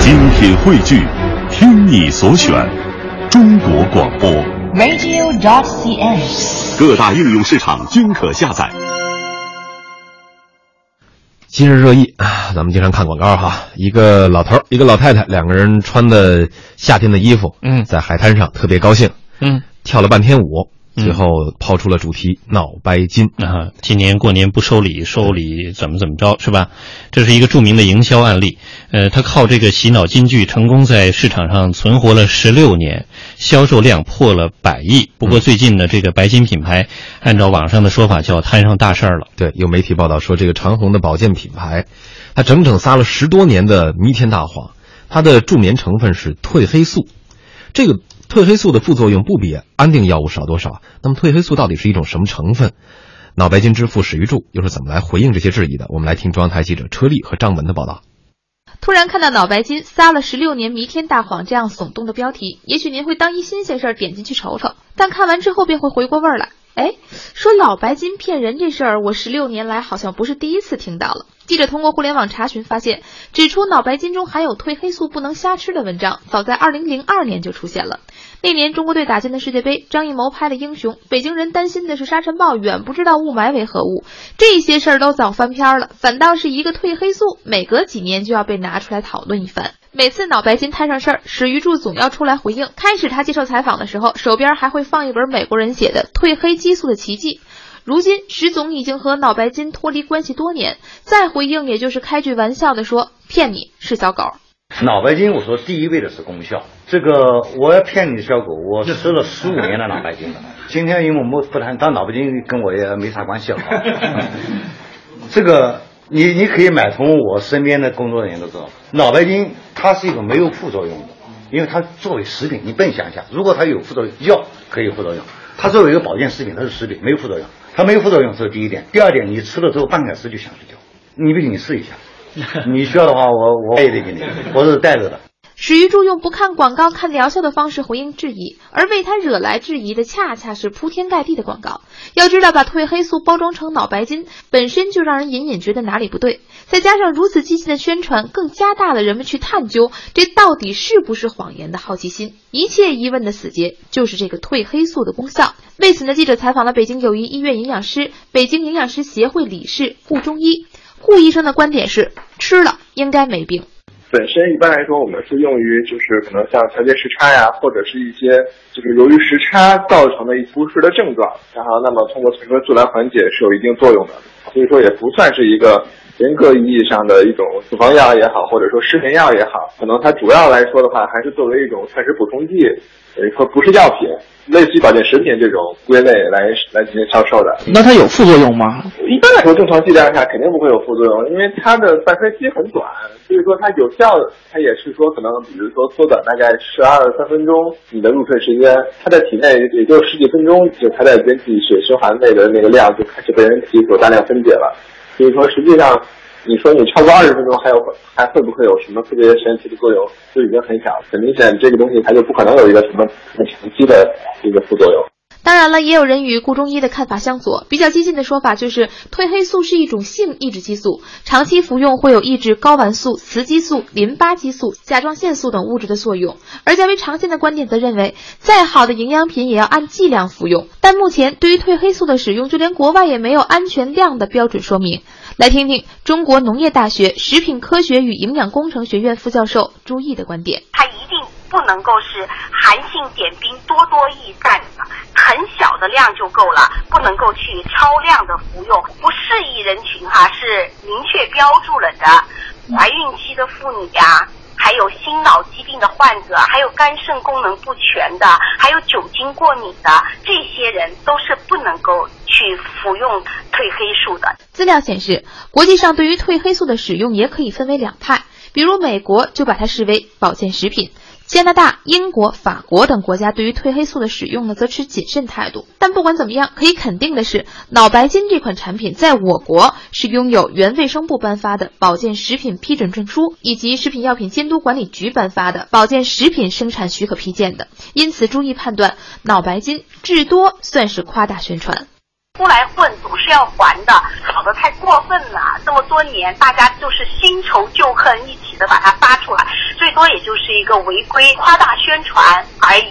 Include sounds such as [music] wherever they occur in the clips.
精品汇聚，听你所选，中国广播。 radio.cn。各大应用市场均可下载。今日热议啊，咱们经常看广告哈，一个老头儿，一个老太太，两个人穿的夏天的衣服，嗯在海滩上特别高兴，嗯跳了半天舞，嗯最后抛出了主题脑白金。啊，今年过年不收礼，收礼怎么怎么着是吧？这是一个著名的营销案例。呃，他靠这个洗脑金句成功在市场上存活了十六年，销售量破了百亿。不嗯过最近呢，这个白金品牌按照网上的说法叫摊上大事儿了。对，有媒体报道说，这个长虹的保健品牌，它整整撒了十多年的弥天大谎。它的助眠成分是褪黑素，这个褪黑素的副作用不比安定药物少多少。那么褪黑素到底是一种什么成分？脑白金之父史玉柱又是怎么来回应这些质疑的？我们来听中央台记者车丽和张文的报道。突然看到“脑白金撒了十六年弥天大谎”这样耸动的标题，也许您会当一新鲜事儿点进去瞅瞅，但看完之后便会回过味儿来。哎，说脑白金骗人这事儿，我十六年来好像不是第一次听到了。记者通过互联网查询发现，指出脑白金中含有褪黑素不能瞎吃的文章，早在2002年就出现了。那年中国队打进的世界杯，张艺谋拍了《英雄》，北京人担心的是沙尘暴远不知道雾霾为何物，这些事儿都早翻篇儿了，反倒是一个褪黑素，每隔几年就要被拿出来讨论一番。每次脑白金摊上事儿，史玉柱总要出来回应。开始他接受采访的时候，手边还会放一本美国人写的《褪黑激素的奇迹》。如今，石总已经和脑白金脱离关系多年，再回应也就是开句玩笑的说：“骗你是小狗。”脑白金，我说第一位的是功效。这个我要骗你小狗，我吃了十五年的脑白金了。今天因为我们不谈，但脑白金跟我也没啥关系了啊。这个你你可以买通我身边的工作人员都知道，脑白金它是一个没有副作用的，因为它作为食品，你笨想一下，如果它有副作用，药可以有副作用，它作为一个保健食品，它是食品，没有副作用，它没有副作用，这是第一点。第二点，你吃了之后半个小时就想睡觉，你不信你试一下，你需要的话我我也得给你，我是带着的。史玉柱用不看广告看疗效的方式回应质疑，而为他惹来质疑的恰恰是铺天盖地的广告。要知道，把褪黑素包装成脑白金，本身就让人隐隐觉得哪里不对，再加上如此激进的宣传，更加大了人们去探究这到底是不是谎言的好奇心。一切疑问的死结就是这个褪黑素的功效。为此呢，记者采访了北京友谊医院营养师、北京营养师协会理事顾中医。顾医生的观点是，吃了应该没病。本身一般来说，我们是用于就是可能像调节时差呀，或者是一些就是由于时差造成的一些不适的症状，然后那么通过褪黑素来缓解是有一定作用的，所以说也不算是一个严格意义上的一种处方药也好，或者说失眠药也好，可能它主要来说的话，还是作为一种膳食补充剂，等于说不是药品，类似于保健食品这种归类来来进行销售的。那它有副作用吗？一般来说，正常剂量下肯定不会有副作用，因为它的半衰期很短，所以说它有效，它也是说可能，比如说缩短大概十二三分钟你的入睡时间，它在体内也就十几分钟，就它在人体血循环内的那个量就开始被人体所大量分解了，所以说实际上。你说你超过二十分钟还有还会不会有什么特别神奇的作用，就已经很小。很明显，这个东西它就不可能有一个什么很长期的一个副作用。当然了，也有人与顾中医的看法相左，比较激进的说法就是褪黑素是一种性抑制激素，长期服用会有抑制睾丸素、雌激素、淋巴激素、甲状腺素等物质的作用。而较为常见的观点则认为，再好的营养品也要按剂量服用，但目前对于褪黑素的使用，就连国外也没有安全量的标准说明。来听听中国农业大学食品科学与营养工程学院副教授朱毅的观点。它一定不能够是寒性点冰多多益善，很小的量就够了，不能够去超量的服用，不适宜人群哈、是明确标注了的，怀孕期的妇女呀、还有心脑疾病的患者，还有肝肾功能不全的，还有酒精过敏的，这些人都是不能够去服用褪黑素的。资料显示，国际上对于褪黑素的使用也可以分为两派，比如美国就把它视为保健食品。加拿大、英国、法国等国家对于褪黑素的使用呢，则持谨慎态度。但不管怎么样，可以肯定的是，脑白金这款产品在我国是拥有原卫生部颁发的保健食品批准证书，以及食品药品监督管理局颁发的保健食品生产许可批件的。因此，朱毅判断，脑白金至多算是夸大宣传。出来混总是要还的，搞得太过分了。这么多年，大家就是新仇旧恨一起的把它发出来，最多也就是一个违规夸大宣传而已。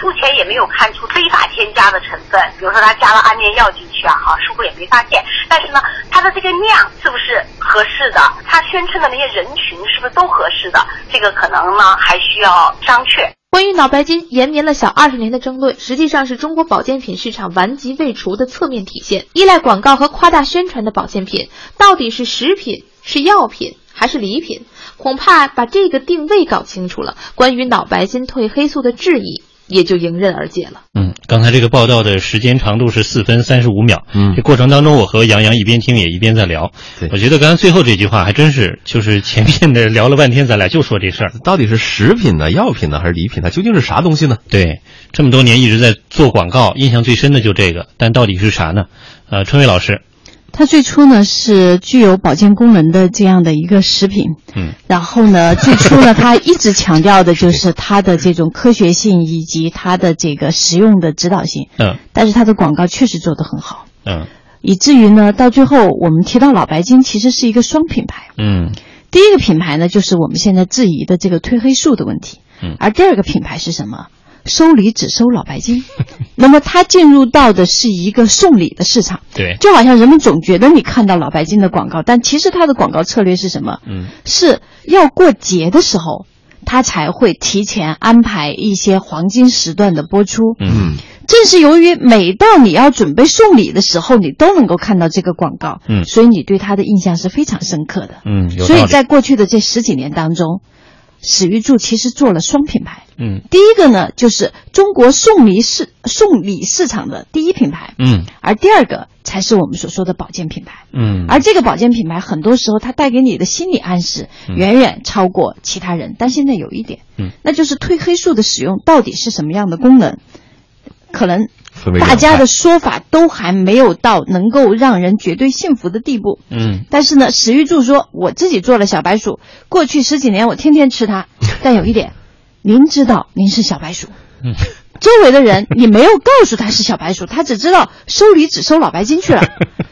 目前也没有看出非法添加的成分，比如说他加了安眠药进去啊，哈，似乎也没发现。但是呢，它的这个量是不是合适的？它宣称的那些人群是不是都合适的？这个可能呢还需要商榷。关于脑白金，延绵了小二十年的争论，实际上是中国保健品市场顽疾未除的侧面体现。依赖广告和夸大宣传的保健品，到底是食品、是药品还是礼品？恐怕把这个定位搞清楚了，关于脑白金褪黑素的质疑也就迎刃而解了。嗯，刚才这个报道的时间长度是四分三十五秒。嗯这过程当中，我和杨洋一边听也一边在聊对。我觉得刚才最后这句话还真是，就是前面的聊了半天，咱俩就说这事儿。到底是食品呢、药品呢，还是礼品呢？究竟是啥东西呢？对，这么多年一直在做广告，印象最深的就这个，但到底是啥呢？呃，春伟老师，它最初呢是具有保健功能的这样的一个食品，嗯，然后呢，最初呢，它一直强调的就是它的这种科学性以及它的这个实用的指导性，嗯但是它的广告确实做得很好，嗯以至于呢，到最后我们提到老白金其实是一个双品牌，嗯第一个品牌呢就是我们现在质疑的这个褪黑素的问题，嗯而第二个品牌是什么？收礼只收老白 [laughs] 金，那么它进入到的是一个送礼的市场。对，就好像人们总觉得你看到老白金的广告，但其实它的广告策略是什么？嗯，是要过节的时候，它才会提前安排一些黄金时段的播出。嗯正是由于每到你要准备送礼的时候，你都能够看到这个广告，嗯所以你对它的印象是非常深刻的。嗯，有所道以理。在过去的这十几年当中，史玉柱其实做了双品牌。嗯第一个呢，就是中国送礼市送礼市场的第一品牌，嗯而第二个才是我们所说的保健品牌。嗯，而这个保健品牌，很多时候它带给你的心理暗示远远超过其他人。但现在有一点，嗯那就是褪黑素的使用到底是什么样的功能，可能分为大两派家的说法都还没有到能够让人绝对信服的地步。嗯但是呢，史玉柱说，我自己做了小白鼠，过去十几年我天天吃它，但有一点，您知道您是小白鼠，嗯周围的人 [laughs] 你没有告诉他是小白鼠，他只知道收礼只收老白金去 [laughs] 了，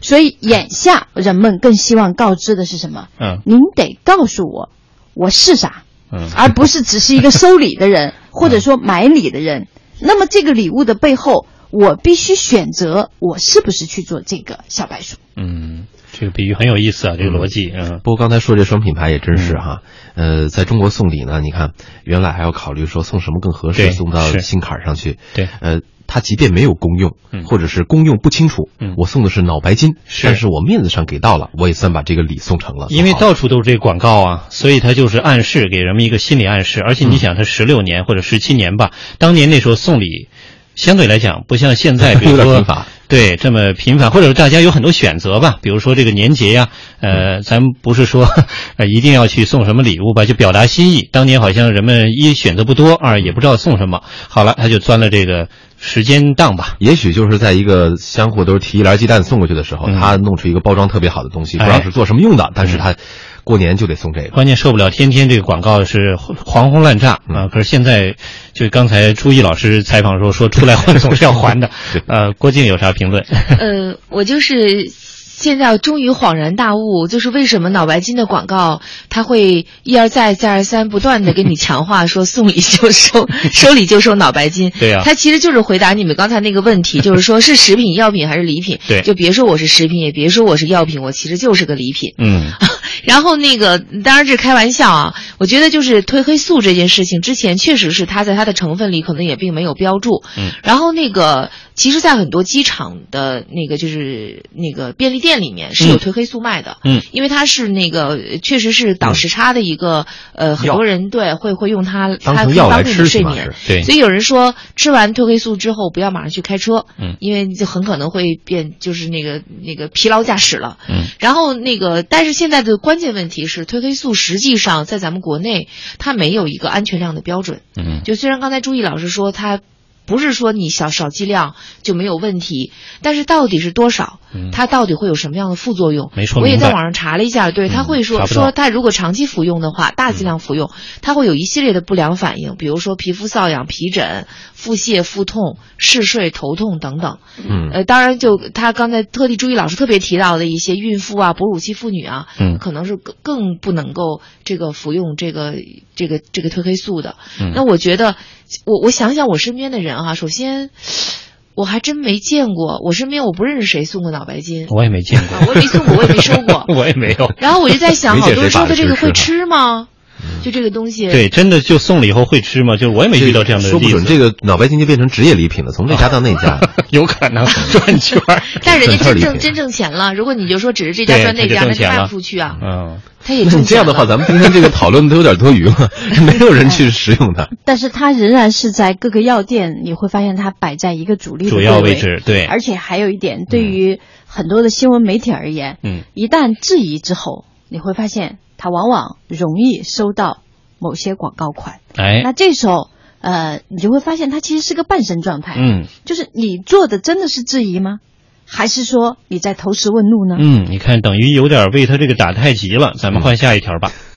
所以眼下人们更希望告知的是什么？嗯您得告诉我，我是啥，嗯而不是只是一个收礼的人，或者说买礼的人。那么这个礼物的背后，我必须选择我是不是去做这个小白鼠。嗯，这个比喻很有意思啊，这个逻辑，嗯不过刚才说这双品牌也真是哈，呃，在中国送礼呢，你看原来还要考虑说送什么更合对适，送到是心坎儿上去。对呃，它即便没有功用嗯，或者是功用不清楚嗯，我送的是脑白金，是但是我面子上给到了，我也算把这个礼送成了。因为送好了到处都是这个广告啊，所以它就是暗示给人们一个心理暗示。而且你想，它十嗯六年或者十七年吧，当年那时候送礼，相对来讲不像现在，比如有点说频繁对这么频繁，或者大家有很多选择吧。比如说这个年节呀、呃，嗯咱们不是说 [laughs] 呃一定要去送什么礼物吧，就表达心意。当年好像人们一选择不多，二也不知道送什么，好了，他就钻了这个时间档吧。也许就是在一个相互都是提一篮鸡蛋送过去的时候，嗯他弄出一个包装特别好的东西，不哎嗯知道是做什么用的，但是他过年就得送这个。关键受不了天天这个广告是狂轰滥炸啊！可是现在，就刚才朱毅老师采访的时候说，出来混总是要还的。呃，郭靖有啥评论？ [laughs] 呃，我就是现在终于恍然大悟，就是为什么脑白金的广告它会一而再、再而三、不断的给你强化说送礼就收，收礼就收脑白金。对啊它其实就是回答你们刚才那个问题，就是说是食品、药品还是礼品？对就别说我是食品，也别说我是药品，我其实就是个礼品。 [laughs] 嗯然后那个，当然这是开玩笑啊。我觉得就是褪黑素这件事情，之前确实是它在它的成分里可能也并没有标注。嗯。然后那个，其实，在很多机场的那个就是那个便利店里面是有嗯褪黑素卖的。嗯。因为它是那个，呃确实是倒时差的一个，呃，很多人对会会用它，当它可成以药来帮助吃你睡起码眠是。，对所以有人说，吃完褪黑素之后不要马上去开车，嗯因为就很可能会变就是那个那个疲劳驾驶了，嗯，然后那个，但是现在的关键问题是，褪黑素实际上在咱们国内它没有一个安全量的标准，嗯就虽然刚才朱毅老师说它不是说你少少剂量就没有问题，但是到底是多少，它到底会有什么样的副作用？嗯没说我也明白嗯在网上查了一下，对，他会查说不到嗯说它如果长期服用的话，大剂量服用，它会有一系列的不良反应，比如说皮肤瘙痒、皮疹、腹泻、腹痛、嗜睡、头痛等等。嗯呃，当然就他刚才特地朱毅老师特别提到的一些孕妇啊、哺乳期妇女啊，嗯可能是更更不能够这个服用这个这个这个褪黑素的。嗯那我觉得，我我想想我身边的人啊，首先我还真没见过，我身边我不认识谁送过脑白金，我也没见过。啊，，我也没送过，我也没收过 [laughs] 我也没有。然后我就在想，没好见多人谁说把的这这个吃会呢吃吗？就这个东西，嗯对，真的就送了以后会吃吗？就是我也没遇到这样的说不例准子这个脑白金就变成职业礼品了，从这家到那家。 [laughs] 有可能转圈儿。 [laughs] 但人家很特真立挣独真挣钱了。如果你就说只是这家对，赚那他就家，挣那就钱卖了。不出去啊。嗯，他也那挣你这样钱的话，了。咱们今天这个讨论都有点多余 [laughs] 了，没有人去食用它。但是它仍然是在各个药店，你会发现它摆在一个主嗯力的主要位位置对而且还有一点，对于很多的新闻媒体而言，嗯，一旦质疑之后，你会发现它往往容易收到某些广告款。哎那，这时候，呃，你就会发现它其实是个半神状态，，嗯就是你做的真的是质疑吗？还是说你在投石问路呢？嗯，你看，等于有点为他这个打太极了。咱们换下一条吧。